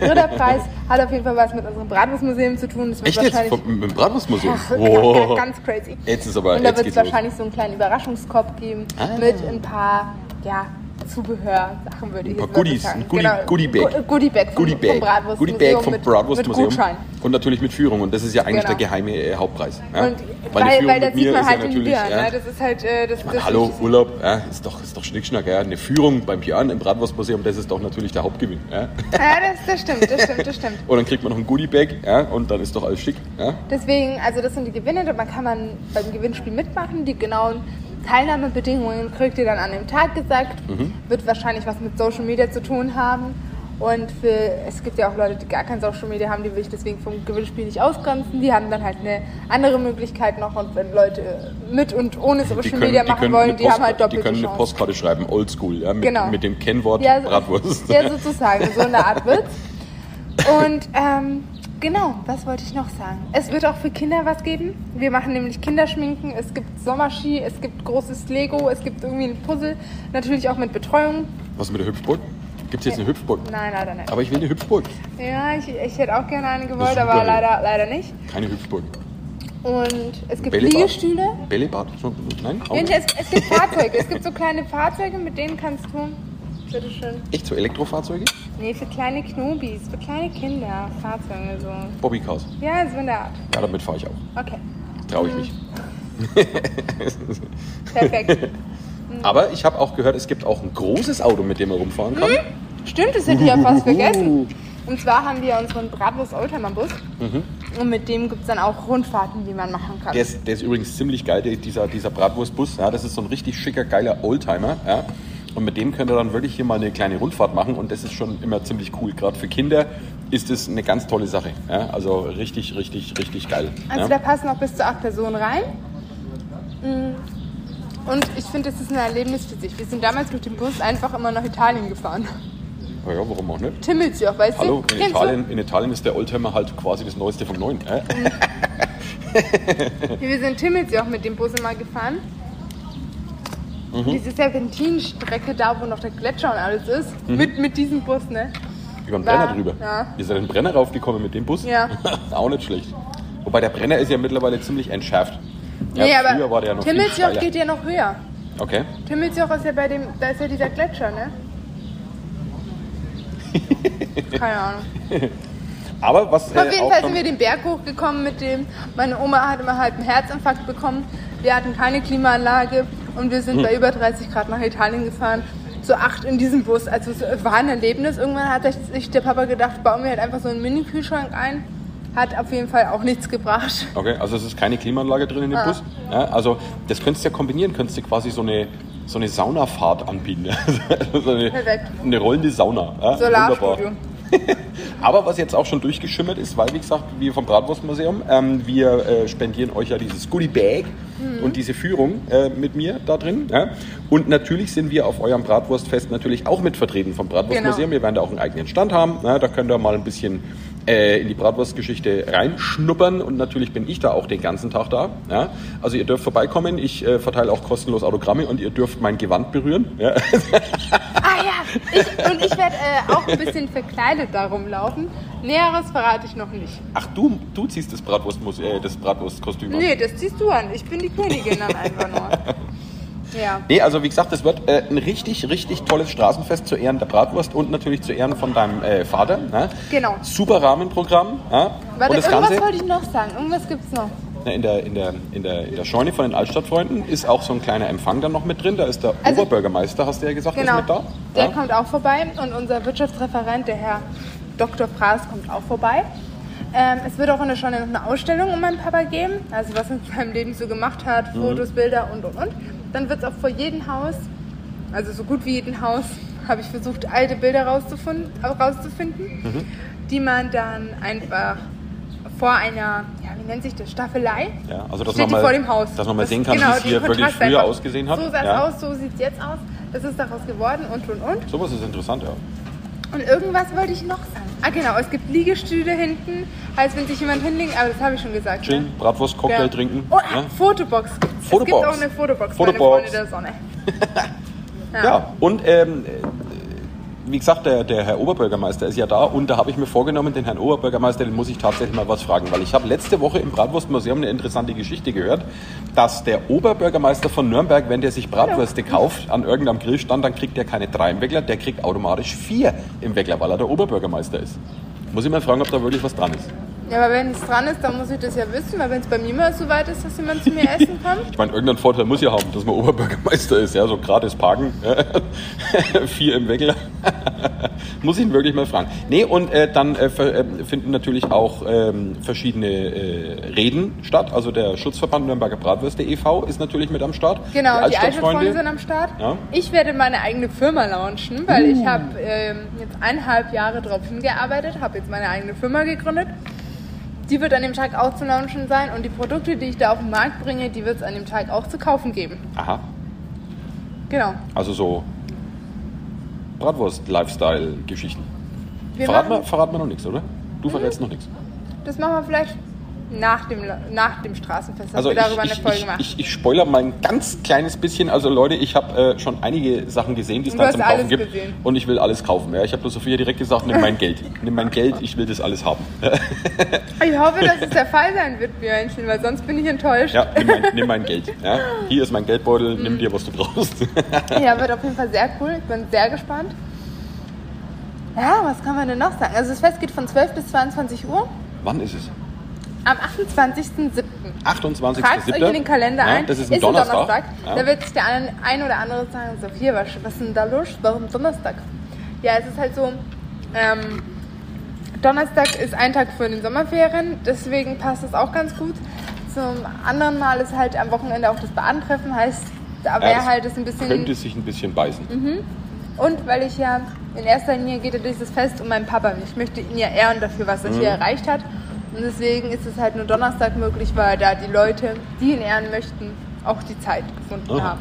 A: Dritter Preis hat auf jeden Fall was mit unserem Bratwurstmuseum zu tun. Das wird
B: Echt jetzt?
A: wahrscheinlich
B: Vom, mit dem Bratwurstmuseum?
A: Ach,
B: Wow.
A: ganz crazy.
B: Jetzt ist aber-
A: Und da wird
B: jetzt
A: es
B: geht's los.
A: wahrscheinlich so einen kleinen Überraschungskorb geben
B: Ah.
A: mit ein paar, ja, Zubehörsachen würde ich jetzt mal
B: paar
A: so
B: Goodies,
A: sagen. Genau.
B: ein Goodie- Goodie-Bag.
A: Go- Goodie-Bag vom,
B: Goodie
A: vom
B: Bag.
A: Bratwurstmuseum.
B: Goodie Bag vom
A: mit-
B: Bratwurstmuseum.
A: Mit Gutschein.
B: Und natürlich mit Führung. Und das ist ja eigentlich
A: Genau.
B: der geheime äh, Hauptpreis. Ja?
A: Und weil,
B: Führung
A: weil da
B: mit
A: sieht
B: mir
A: man
B: ist
A: halt den
B: natürlich,
A: Björn.
B: ja,
A: Ne? Das ist halt äh, das, das
B: Hallo,
A: das-
B: Urlaub, ja, ist doch, ist doch Schnickschnack, ja. Eine Führung beim Björn im Bratwurstmuseum, das ist doch natürlich der Hauptgewinn, ja.
A: Ja, das, das stimmt, das stimmt, das stimmt.
B: Und dann kriegt man noch ein Goodie-Bag, ja, und dann ist doch alles schick, ja.
A: Deswegen, also das sind die Gewinne, da kann man beim Gewinnspiel mitmachen. Die genauen Teilnahmebedingungen kriegt ihr dann an dem Tag gesagt.
B: Mhm.
A: Wird wahrscheinlich was mit Social Media zu tun haben. Und für, es gibt ja auch Leute, die gar kein Social Media haben, die will ich deswegen vom Gewinnspiel nicht ausgrenzen. Die haben dann halt eine andere Möglichkeit noch. Und wenn Leute mit und ohne Social
B: Die können,
A: Media
B: die
A: machen
B: können, eine,
A: wollen, die haben
B: Postka-
A: halt doppelt
B: die können eine Postkarte schreiben, oldschool, ja, mit,
A: Genau.
B: mit dem Kennwort
A: ja, so-
B: Bratwurst.
A: Ja, sozusagen, so eine Art Witz. Und ähm, genau, was wollte ich noch sagen? Es wird auch für Kinder was geben. Wir machen nämlich Kinderschminken, es gibt Sommerski, es gibt großes Lego, es gibt irgendwie ein Puzzle, natürlich auch mit Betreuung.
B: Was mit der Hüpfburg? Gibt es jetzt eine Hüpfburg?
A: Nein, leider nicht.
B: Aber ich will eine Hüpfburg,
A: Ja, ich, ich hätte auch gerne eine gewollt,
B: Das ist
A: aber
B: super.
A: leider, leider nicht.
B: keine Hüpfburg.
A: Und es gibt
B: Bällebad.
A: Liegestühle.
B: Bällebad? So, nein? Auch
A: Und
B: nicht.
A: es, es gibt Fahrzeuge, es gibt so kleine Fahrzeuge, mit denen kannst du... Bitteschön.
B: Echt so Elektrofahrzeuge?
A: Nee, für kleine Knobis, für kleine Kinder, Fahrzeuge so.
B: Bobbycars.
A: Ja, so in der Art.
B: Ja, damit fahre ich auch.
A: Okay,
B: Traue ich mich.
A: perfekt.
B: Aber ich habe auch gehört, es gibt auch ein großes Auto, mit dem man rumfahren kann.
A: Stimmt, das hätte ich ja fast vergessen. Und zwar haben wir unseren Bratwurst Oldtimer Bus.
B: Mhm.
A: Und mit dem gibt es dann auch Rundfahrten, die man machen kann.
B: Der ist, der ist übrigens ziemlich geil, der- dieser, dieser Bratwurstbus. Ja, das ist so ein richtig schicker, geiler Oldtimer. Ja. Und mit dem könnt ihr dann wirklich hier mal eine kleine Rundfahrt machen. Und das ist schon immer ziemlich cool. Gerade für Kinder ist das eine ganz tolle Sache. Ja. Also richtig, richtig, richtig geil.
A: Also da
B: ja.
A: passen auch bis zu acht Personen rein. Mm. Und ich finde, es ist ein Erlebnis für sich. Wir sind damals mit dem Bus einfach immer nach Italien gefahren.
B: Ja, ja, warum auch nicht?
A: Timmelsjoch, weißt
B: Hallo,
A: du?
B: in
A: Kennst
B: Italien, in Italien ist der Oldtimer halt quasi das Neueste vom Neuen. Ja.
A: Du? Wir sind Timmelsjoch mit dem Bus immer gefahren.
B: Mhm.
A: Diese Serpentinenstrecke da, wo noch der Gletscher und alles ist.
B: Mhm.
A: Mit, mit diesem Bus, ne?
B: Über den
A: War-
B: Brenner drüber.
A: ja.
B: Ihr seid in den Brenner raufgekommen mit dem Bus?
A: Ja.
B: auch nicht schlecht. Wobei der Brenner ist ja mittlerweile ziemlich entschärft. Ja,
A: nee,
B: früher
A: aber
B: war der ja noch viel
A: Timmelsjoch
B: steiler.
A: geht ja noch höher.
B: Okay.
A: Timmelsjoch ist ja bei dem, da ist ja dieser Gletscher, ne? Keine Ahnung.
B: Aber was äh,
A: Auf jeden
B: auch
A: Fall
B: schon-
A: sind wir den Berg hochgekommen mit dem. Meine Oma hat immer halb einen Herzinfarkt bekommen. Wir hatten keine Klimaanlage und wir
B: Hm.
A: sind bei über 30 Grad nach Italien gefahren. Zu acht in diesem Bus. Also es war ein Erlebnis. Irgendwann hat sich der Papa gedacht, bauen wir halt einfach so einen Mini-Kühlschrank ein. Hat auf jeden Fall auch nichts gebracht.
B: Okay, also es ist keine Klimaanlage drin in
A: Ah.
B: dem Bus. Ja, also das könntest du ja kombinieren, könntest du quasi so eine, so eine Saunafahrt anbieten. so eine,
A: Perfekt.
B: eine rollende Sauna. Ja,
A: Solarstudio.
B: wunderbar. Aber was jetzt auch schon durchgeschimmert ist, weil, wie gesagt, wir vom Bratwurstmuseum, ähm, wir äh, spendieren euch ja dieses Goodie-Bag
A: Mhm.
B: und diese Führung äh, mit mir da drin. Ja? Und natürlich sind wir auf eurem Bratwurstfest natürlich auch mit vertreten vom Bratwurstmuseum.
A: Genau.
B: Wir werden da auch einen eigenen Stand haben. Ja? Da könnt ihr mal ein bisschen äh, in die Bratwurstgeschichte reinschnuppern. Und natürlich bin ich da auch den ganzen Tag da. Ja? Also ihr dürft vorbeikommen. Ich äh, verteile auch kostenlos Autogramme und ihr dürft mein Gewand berühren. Ja?
A: Ah ja, ich, und ich werde äh, auch ein bisschen verkleidet da rumlaufen. Näheres verrate ich noch nicht.
B: Ach, du, du ziehst das, Bratwurstmus äh, das Bratwurstkostüm an.
A: Nee, das ziehst du an. Ich bin die Königin dann einfach nur. Ja.
B: Nee, also wie gesagt, es wird äh, ein richtig, richtig tolles Straßenfest zu Ehren der Bratwurst und natürlich zu Ehren von deinem äh, Vater. Ne?
A: Genau.
B: Super Rahmenprogramm. Ja?
A: Warte,
B: und das
A: irgendwas
B: Ganze
A: wollte ich noch sagen. Irgendwas gibt's noch.
B: ne, in, der, in, der, in, der, in der Scheune von den Altstadtfreunden ist auch so ein kleiner Empfang dann noch mit drin. Da ist der
A: Also-
B: Oberbürgermeister, hast du ja gesagt,
A: Genau.
B: ist mit da.
A: Der
B: ja?
A: kommt auch vorbei und unser Wirtschaftsreferent, der Herr Dr. Fraß, kommt auch vorbei. Ähm, es wird auch in der Scheune noch eine Ausstellung um meinen Papa geben, also was er in seinem Leben so gemacht hat,
B: Mhm.
A: Fotos, Bilder und und und. Dann wird es auch vor jedem Haus, also so gut wie jedem Haus, habe ich versucht, alte Bilder rauszufinden, rauszufinden
B: Mhm.
A: die man dann einfach vor einer, ja, wie nennt sich das, Staffelei,
B: Ja, also dass
A: steht
B: man
A: die
B: mal,
A: vor dem Haus.
B: Dass man mal
A: Das-
B: sehen kann,
A: genau,
B: wie es
A: den
B: hier wirklich
A: Kontrast
B: früher
A: einfach.
B: ausgesehen hat.
A: So sah es
B: ja.
A: aus, so sieht es jetzt aus, das ist daraus geworden und und und.
B: Sowas ist interessant, ja.
A: Und irgendwas wollte ich noch sagen. Ah genau, es gibt Liegestühle hinten, als wenn sich jemand hinlegt, aber das habe ich schon gesagt.
B: Chillen,
A: Ne?
B: Bratwurst, Cocktail
A: Ja.
B: trinken. ne?
A: Oh,
B: ja.
A: ah, Fotobox gibt's. Es gibt
B: Fotobox.
A: auch eine Fotobox,
B: Fotobox.
A: meine Freunde der Sonne.
B: Ja. und ähm, äh, wie gesagt, der, der Herr Oberbürgermeister ist ja da und da habe ich mir vorgenommen, den Herrn Oberbürgermeister, den muss ich tatsächlich mal was fragen, weil ich habe letzte Woche im Bratwurstmuseum eine interessante Geschichte gehört, dass der Oberbürgermeister von Nürnberg, wenn der sich Bratwürste kauft an irgendeinem Grillstand, dann kriegt der keine drei im Weckler, der kriegt automatisch vier im Weckler, weil er der Oberbürgermeister ist. Muss ich mal fragen, ob da wirklich was dran ist.
A: Ja, aber wenn es dran ist, dann muss ich das ja wissen, weil wenn es bei mir mal so weit ist, dass jemand zu mir essen kommt.
B: Ich meine, irgendeinen Vorteil muss ja haben, dass man Oberbürgermeister ist, ja, so gratis parken, vier im Weckler. muss ich ihn wirklich mal fragen. Nee, und äh, dann äh, ver- äh, finden natürlich auch ähm, verschiedene äh, Reden statt. Also der Schutzverband Nürnberger Bratwürste e.V. ist natürlich mit am Start.
A: Genau, die Altstadtfreunde
B: Altstadtfreunde.
A: sind am Start.
B: Ja.
A: Ich werde meine eigene Firma launchen, weil ich habe ähm, jetzt eineinhalb Jahre darauf hingearbeitet, habe jetzt meine eigene Firma gegründet. Die wird an dem Tag auch zu launchen sein und die Produkte, die ich da auf den Markt bringe, die wird es an dem Tag auch zu kaufen geben.
B: Aha,
A: Genau.
B: also so Bratwurst-Lifestyle-Geschichten.
A: Wir
B: Verraten wir
A: machen,
B: verrat noch nichts, oder? Du verrätst noch nichts.
A: das machen wir vielleicht nach dem, La- nach dem Straßenfest, dass
B: Also
A: wir darüber
B: ich,
A: eine
B: ich,
A: Folge
B: ich,
A: machen.
B: ich, ich spoiler mal ein ganz kleines bisschen. Also Leute, ich habe äh, schon einige Sachen gesehen, die es
A: Und du
B: da
A: hast
B: zum Kaufen
A: alles
B: gibt.
A: gesehen.
B: Und ich will alles kaufen. Ja. Ich habe der Sophia direkt gesagt, nimm mein Geld. Nimm mein Geld, ich will das alles haben.
A: ich hoffe, dass es der Fall sein wird, wir Menschen, weil sonst bin ich enttäuscht.
B: Ja, nimm mein, nimm mein Geld. Ja. Hier ist mein Geldbeutel,
A: Mhm.
B: nimm dir, was du brauchst.
A: Ja, wird auf jeden Fall sehr cool. Ich bin sehr gespannt. Ja, was kann man denn noch sagen? Also das Fest geht von 12 bis 22 Uhr
B: Wann ist es?
A: am 28.07.
B: 28.07.
A: Tragt euch in den Kalender
B: ja,
A: ein.
B: Das ist ein Donnerstag. Ja.
A: Da wird sich der ein, ein oder andere sagen, Sophia, was, was ist denn da los? Warum Donnerstag? Ja, es ist halt so, ähm, Donnerstag ist ein Tag vor den Sommerferien, deswegen passt das auch ganz gut. Zum anderen Mal ist halt am Wochenende auch das Badentreffen, heißt, da
B: Ja,
A: wäre
B: das
A: halt das ein bisschen...
B: Könnte sich ein bisschen beißen.
A: Und weil ich ja in erster Linie geht ja dieses Fest um meinen Papa. Ich möchte ihn ja ehren dafür, was er hier
B: Mhm.
A: erreicht hat. Und deswegen ist es halt nur Donnerstag möglich, weil da die Leute, die ihn ehren möchten, auch die Zeit gefunden
B: Aha.
A: haben.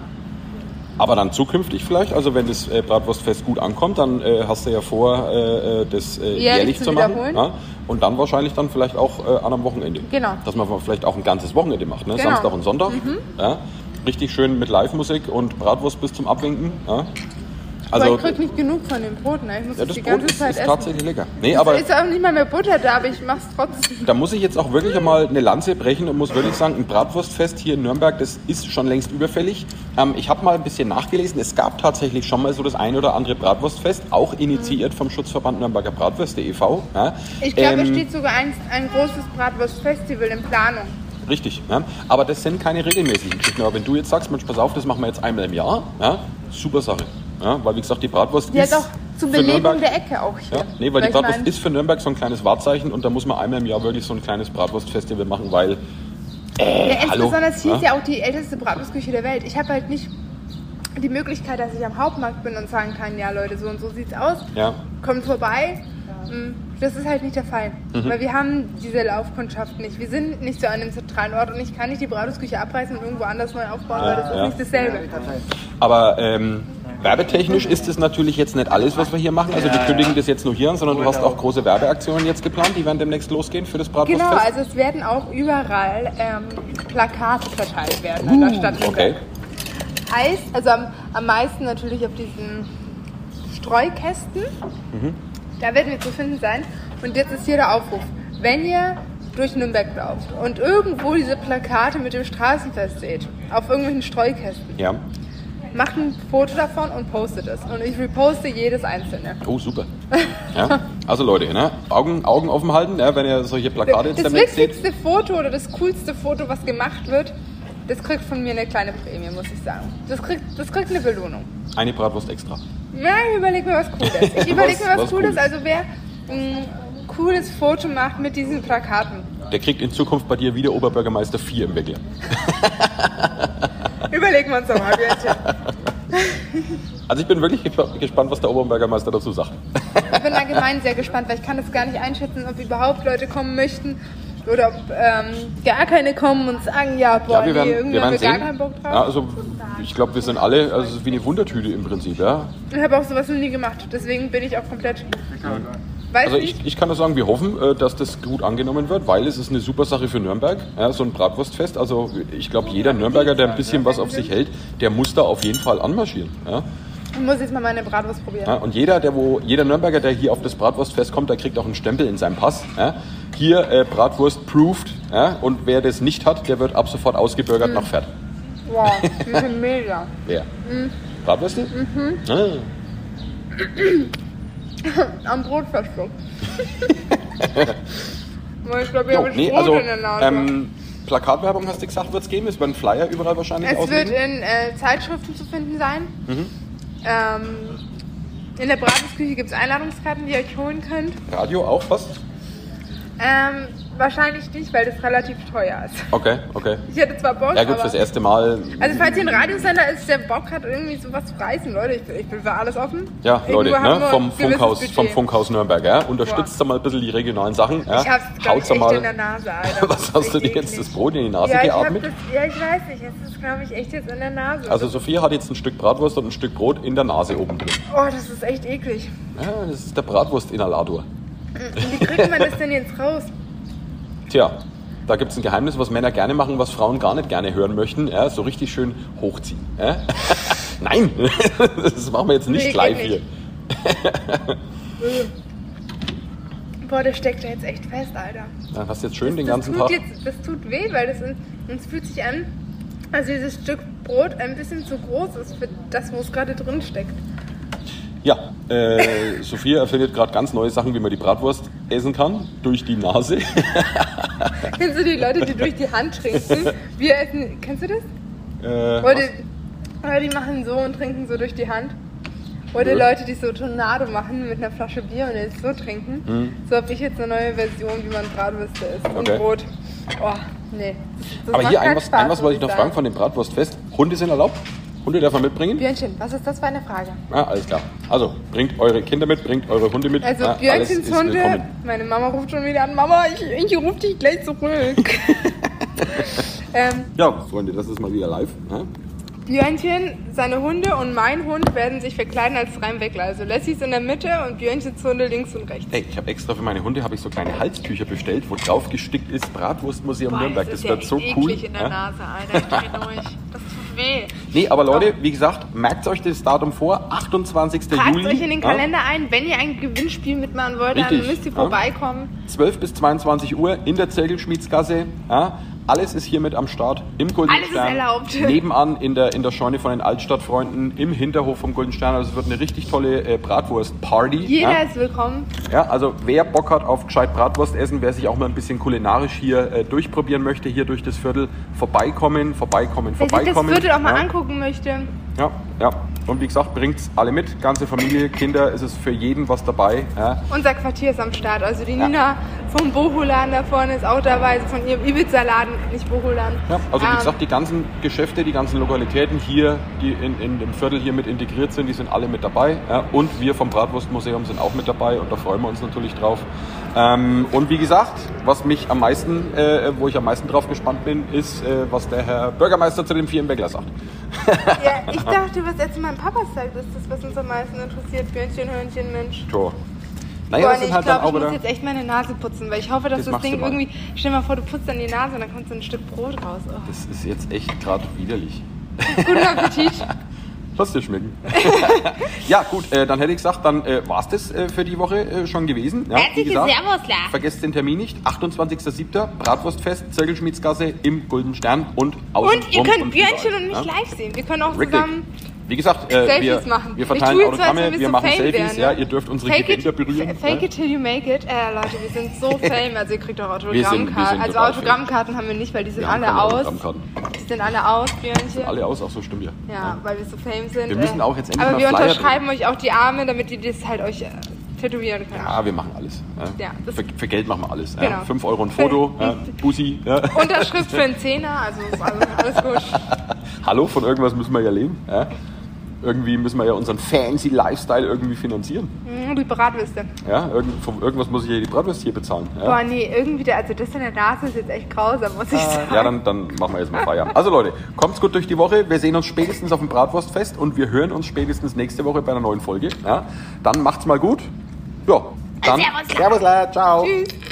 B: Aber dann zukünftig vielleicht, also wenn das äh, Bratwurstfest gut ankommt, dann äh, hast du ja vor, äh, äh, das äh, jährlich, zu,
A: zu
B: machen.
A: wiederholen.
B: Ja? Und dann wahrscheinlich dann vielleicht auch äh, an einem Wochenende.
A: Genau.
B: Dass man vielleicht auch ein ganzes Wochenende macht, ne?
A: Genau.
B: Samstag und Sonntag. Ja? Richtig schön mit Live-Musik und Bratwurst bis zum Abwinken. Ja?
A: Also,
B: Also,
A: ich krieg nicht genug von dem Brot, ne? Ich muss
B: ja,
A: das
B: das
A: die
B: Brot
A: ganze
B: ist,
A: Zeit
B: ist
A: essen.
B: tatsächlich lecker. Nee, aber
A: ist auch nicht mal mehr Butter da, aber ich mach's trotzdem.
B: da muss ich jetzt auch wirklich einmal eine Lanze brechen und muss wirklich sagen, ein Bratwurstfest hier in Nürnberg, das ist schon längst überfällig. Ähm, ich habe mal ein bisschen nachgelesen, es gab tatsächlich schon mal so das ein oder andere Bratwurstfest, auch initiiert vom Schutzverband Nürnberger Bratwürste e.V. Ja,
A: Ich glaube, es
B: ähm,
A: steht sogar ein, ein großes Bratwurst-Festival in Planung.
B: Richtig, ja. aber das sind keine regelmäßigen Geschichten. Aber wenn du jetzt sagst, Mensch, pass auf, das machen wir jetzt einmal im Jahr, ja, super Sache. Ja, weil, wie gesagt, die Bratwurst
A: Ja,
B: ist
A: doch, zur
B: für Nürnberg-
A: Belebung der Ecke auch hier.
B: Ja, nee, weil die
A: ich
B: Bratwurst
A: mein-
B: ist für Nürnberg so ein kleines Wahrzeichen und da muss man einmal im Jahr wirklich so ein kleines Bratwurstfestival machen, weil
A: Ja,
B: Hallo,
A: insbesondere hier
B: ne?
A: ist ja auch die älteste Bratwurstküche der Welt. Ich habe halt nicht die Möglichkeit, dass ich am Hauptmarkt bin und sagen kann, ja Leute, so und so sieht's aus.
B: Ja.
A: Kommt vorbei. Mm, Das ist halt nicht der Fall,
B: Mhm.
A: weil wir haben diese Laufkundschaft nicht. Wir sind nicht so an einem zentralen Ort und ich kann nicht die Bratwurstküche abreißen und irgendwo anders neu aufbauen, weil das ist
B: ja.
A: nicht dasselbe.
B: Aber ähm, werbetechnisch ist es natürlich jetzt nicht alles, was wir hier machen. Also wir kündigen das jetzt nur hier an, sondern du hast
A: Genau.
B: auch große Werbeaktionen jetzt geplant. Die werden demnächst losgehen für das Bratwurstfest.
A: Genau, also es werden auch überall ähm, Plakate verteilt werden an der Stadt.
B: okay.
A: Heißt, also am, am meisten natürlich auf diesen Streukästen.
B: Mhm.
A: Da werden wir zu finden sein. Und jetzt ist hier der Aufruf. Wenn ihr durch Nürnberg lauft und irgendwo diese Plakate mit dem Straßenfest seht, auf irgendwelchen Streukästen,
B: Ja.
A: macht ein Foto davon und postet es. Und ich reposte jedes einzelne.
B: Oh, super. Ja. Also Leute, ne? Augen, Augen offen halten, ja, wenn ihr solche Plakate jetzt
A: Das
B: demnächst seht.
A: witzigste Foto oder das coolste Foto, was gemacht wird, das kriegt von mir eine kleine Prämie, muss ich sagen. Das kriegt, das kriegt eine Belohnung.
B: Eine Bratwurst extra.
A: Na, ich überlege mir was Cooles. Ich überlege
B: Was-
A: mir was,
B: was
A: Cooles.
B: Cooles.
A: Also wer mh, cooles Foto macht mit diesen Plakaten.
B: Der kriegt in Zukunft bei dir wieder Oberbürgermeister 4 im Weckler.
A: Überlegen wir uns doch mal, Björnchen.
B: Also ich bin wirklich gespa- gespannt, was der Oberbürgermeister dazu sagt.
A: Ich bin allgemein sehr gespannt, weil ich kann das gar nicht einschätzen, ob überhaupt Leute kommen möchten oder ob ähm, gar keine kommen und sagen, ja, boah,
B: wir
A: nee,
B: werden, wir
A: irgendwie haben
B: werden
A: wir gar
B: sehen.
A: keinen Bock drauf.
B: Ja, also ich glaube, wir sind alle, also es ist wie eine Wundertüte im Prinzip, ja.
A: Ich habe auch sowas noch nie gemacht, deswegen bin ich auch komplett... Weiß
B: Also
A: nicht.
B: ich, ich kann nur sagen, wir hoffen, äh, dass das gut angenommen wird, weil es ist eine super Sache für Nürnberg, ja, so ein Bratwurstfest. Also ich glaube, jeder Nürnberger, der ein bisschen was auf sich hält, der muss da auf jeden Fall anmarschieren. Ja.
A: Ich muss jetzt mal meine Bratwurst probieren.
B: Ja, und jeder, der wo, jeder Nürnberger, der hier auf das Bratwurstfest kommt, der kriegt auch einen Stempel in seinem Pass. Ja. Hier äh, Bratwurst proved ja. und wer das nicht hat, der wird ab sofort ausgebürgert
A: Hm.
B: nach Pferd.
A: Wow, das ist mega.
B: Wer?
A: Hm.
B: Bratwürste? Ah.
A: Am Brot verschluckt. Weil ich glaube, ich
B: Jo,
A: habe das
B: nee,
A: Brot
B: also
A: in der Nase.
B: ähm, Plakatwerbung hast du gesagt, wird es geben. Es werden Flyer überall wahrscheinlich
A: Es wird
B: auslegen.
A: in äh, Zeitschriften zu finden sein.
B: Mhm.
A: Ähm, in der Bratwurstküche gibt es Einladungskarten, die ihr euch holen könnt.
B: Radio auch was?
A: Ähm, wahrscheinlich nicht, weil das relativ teuer ist.
B: Okay, okay.
A: Ich hätte zwar Bock,
B: Ja gut,
A: aber...
B: fürs erste Mal.
A: Also falls hier ein Radiosender ist, der Bock hat, irgendwie sowas zu reißen, Leute, ich, ich bin für alles offen.
B: Ja,
A: Irgendwo
B: Leute,
A: haben
B: ne,
A: wir ein
B: vom,
A: gewisses
B: Funkhaus, vom
A: Budget.
B: Funkhaus Nürnberg, ja? unterstützt da mal ein bisschen die regionalen Sachen. Ja?
A: Ich hab's glaub ich,
B: Haut's da
A: echt
B: mal.
A: in der Nase, Alter.
B: Was hast du dir
A: Echt
B: jetzt das
A: eklig.
B: Brot in die Nase
A: ja, ich hab
B: geatmet?
A: das, ja, ich weiß nicht, es ist, glaube ich, echt jetzt in der Nase.
B: Also Sophia hat jetzt ein Stück Bratwurst und ein Stück Brot in der Nase oben drin.
A: oh, das ist echt eklig.
B: Ja, das ist der Bratwurstinhalator.
A: Wie kriegt man das denn jetzt raus?
B: Tja, da gibt es ein Geheimnis, was Männer gerne machen, was Frauen gar nicht gerne hören möchten. Ja, so richtig schön hochziehen. Ja? Nein, das machen wir jetzt nicht
A: Nee, geht
B: live
A: nicht.
B: hier.
A: Boah, das steckt ja jetzt echt fest, Alter.
B: Dann hast du jetzt schön den
A: das
B: ganzen
A: tut
B: Tag.
A: Jetzt, das tut weh, weil das in, uns fühlt sich an, als dieses Stück Brot ein bisschen zu groß ist für das, wo es gerade drin steckt.
B: Ja, äh, Sophia erfindet gerade ganz neue Sachen, wie man die Bratwurst essen kann, durch die Nase.
A: Kennst du die Leute, die durch die Hand trinken? Wir essen, kennst du das?
B: Äh,
A: Oder, oder die machen so und trinken so durch die Hand. Oder
B: Nö.
A: Leute, die so Tornado machen mit einer Flasche Bier und es so trinken. So habe ich jetzt eine neue Version, wie man Bratwürste isst
B: Hm. Okay.
A: und Brot. Oh, nee. Das
B: aber
A: macht
B: hier
A: keinen
B: ein was,
A: Spaß,
B: ein was
A: muss
B: wollte ich noch
A: sagen.
B: fragen von dem Bratwurstfest. Hunde sind erlaubt? Hunde darf man mitbringen?
A: Björnchen, was ist das für eine Frage?
B: Ah, alles klar. Also, bringt eure Kinder mit, bringt eure Hunde mit.
A: Also
B: ah, alles
A: Björnchens
B: ist
A: Hunde,
B: willkommen.
A: meine Mama ruft schon wieder an, Mama, ich, ich rufe dich gleich zurück. ähm,
B: Ja, Freunde, das ist mal wieder live. Ne?
A: Björnchen, seine Hunde und mein Hund werden sich verkleiden als Reinweckler. Also Lassie ist in der Mitte und Björnchens Hunde links und rechts.
B: Ey, ich habe extra für meine Hunde habe ich so kleine Halstücher bestellt, wo drauf gestickt ist Bratwurstmuseum Nürnberg. Das,
A: ist ja
B: wird
A: echt
B: so
A: eklig
B: cool.
A: in der
B: ja?
A: Nase, Alter. Ich dreh durch. Das tut weh.
B: Nee, aber Leute, wie gesagt, merkt euch das Datum vor, 28.
A: Tragt
B: Juli.
A: euch in den
B: ja?
A: Kalender ein, wenn ihr ein Gewinnspiel mitmachen wollt,
B: Richtig,
A: dann müsst ihr
B: ja.
A: vorbeikommen.
B: 12 bis 22 Uhr in der Zirkelschmiedsgasse. Ja, alles ist hiermit am Start im Golden
A: Alles ist
B: Stern.
A: erlaubt.
B: Nebenan in der, in der Scheune von den Altstadtfreunden, im Hinterhof vom Golden Stern. Also es wird eine richtig tolle äh, Bratwurst-Party.
A: Jeder
B: ja.
A: ist willkommen.
B: Ja, also wer Bock hat auf gescheit Bratwurst essen, wer sich auch mal ein bisschen kulinarisch hier äh, durchprobieren möchte, hier durch das Viertel, vorbeikommen, vorbeikommen,
A: Wer sich das
B: vorbeikommen.
A: Viertel auch mal
B: ja,
A: angucken möchte,
B: Ja, ja. Und wie gesagt, bringt's alle mit, ganze Familie, Kinder, es ist für jeden was dabei. Ja.
A: Unser Quartier ist am Start. Also die Nina vom Boholan da vorne ist auch dabei, also von ihrem Ibiza-Laden, nicht Boholan.
B: Ja, also wie
A: Ähm,
B: gesagt, die ganzen Geschäfte, die ganzen Lokalitäten hier, die in, in dem Viertel hier mit integriert sind, die sind alle mit dabei. Ja. Und wir vom Bratwurstmuseum sind auch mit dabei und da freuen wir uns natürlich drauf. Ähm, und wie gesagt, was mich am meisten, äh, wo ich am meisten drauf gespannt bin, ist, äh, was der Herr Bürgermeister zu dem vier im Weckler sagt.
A: Ja, ich dachte, was er zu meinem Papa sagt, ist das, was uns am meisten interessiert. Björnchen, Hörnchen, Mensch. Boah,
B: Tor. Naja, das
A: nee,
B: sind
A: ich
B: halt
A: glaube,
B: dann
A: ich
B: auch
A: muss
B: wieder.
A: jetzt echt meine Nase putzen, weil ich hoffe, dass
B: Das
A: das,
B: machst
A: Ding
B: du mal.
A: irgendwie... Stell dir mal vor, du putzt an die Nase und dann kommt so ein Stück Brot raus. Oh.
B: Das ist jetzt echt gerade widerlich.
A: Guten Appetit.
B: Lass dir schmecken. ja, gut, äh, dann hätte ich gesagt, dann äh, war's das äh, für die Woche äh, schon gewesen. Ja, wie
D: Herzliche
B: gesagt,
D: Servusler.
B: Vergesst den Termin nicht. 28.07. Bratwurstfest, Zirkelschmiedsgasse im Golden Stern und außen
A: Und ihr
B: rum
A: könnt Björnchen
B: überall,
A: und mich
B: ja?
A: live sehen. Wir können auch
B: Richtig.
A: zusammen...
B: Wie gesagt, äh,
A: Selfies
B: wir,
A: machen.
B: wir
A: Ich tue
B: verteilen
A: jetzt so, als
B: Autogramme,
A: wenn wir
B: wir
A: so
B: machen
A: Fame
B: Selfies,
A: wären,
B: ja,
A: ne?
B: ihr dürft unsere
A: Fake it,
B: Gewänder berühren. ne?
A: fake
B: ja.
A: it till you make it. Äh, Leute, wir sind so fame. Also ihr kriegt auch
B: Wir sind- wir sind
A: Autogrammkarten. Also
B: total fame.
A: Autogrammkarten haben wir nicht, weil die sind
B: Wir haben
A: alle
B: keine
A: aus.
B: Autogrammkarten.
A: Die sind alle aus, Björnchen.
B: Alle aus, auch so stimmt ja.
A: Ja, weil wir so fame sind.
B: Wir müssen
A: äh,
B: auch jetzt endlich
A: Aber
B: mal
A: wir
B: Flyer
A: unterschreiben euch auch die Arme, damit ihr das halt euch äh, tätowieren kann.
B: Ja, Ah, wir machen alles. Ja.
A: Ja, das-
B: für, für Geld machen wir alles. Ja.
A: Genau.
B: 5 Euro ein Foto, ja. Bussi. Ja.
A: Unterschrift für einen Zehner, also ist alles, alles gut.
B: Hallo, von irgendwas müssen wir ja leben. Ja. Irgendwie müssen wir ja unseren fancy Lifestyle irgendwie finanzieren.
A: Mm, Die Bratwürste.
B: Ja, irgend, von irgendwas muss ich ja die Bratwurst hier bezahlen. Ja,
A: Boah, nee, irgendwie, der, also das in der Nase ist jetzt echt grausam, muss ich sagen.
B: ja dann, dann machen wir jetzt mal Feierabend. Also Leute, kommt's gut durch die Woche. Wir sehen uns spätestens auf dem Bratwurstfest und wir hören uns spätestens nächste Woche bei einer neuen Folge. Ja, dann macht's mal gut. Ja, dann. Servus, Servus Leute. ciao.
A: Tschüss.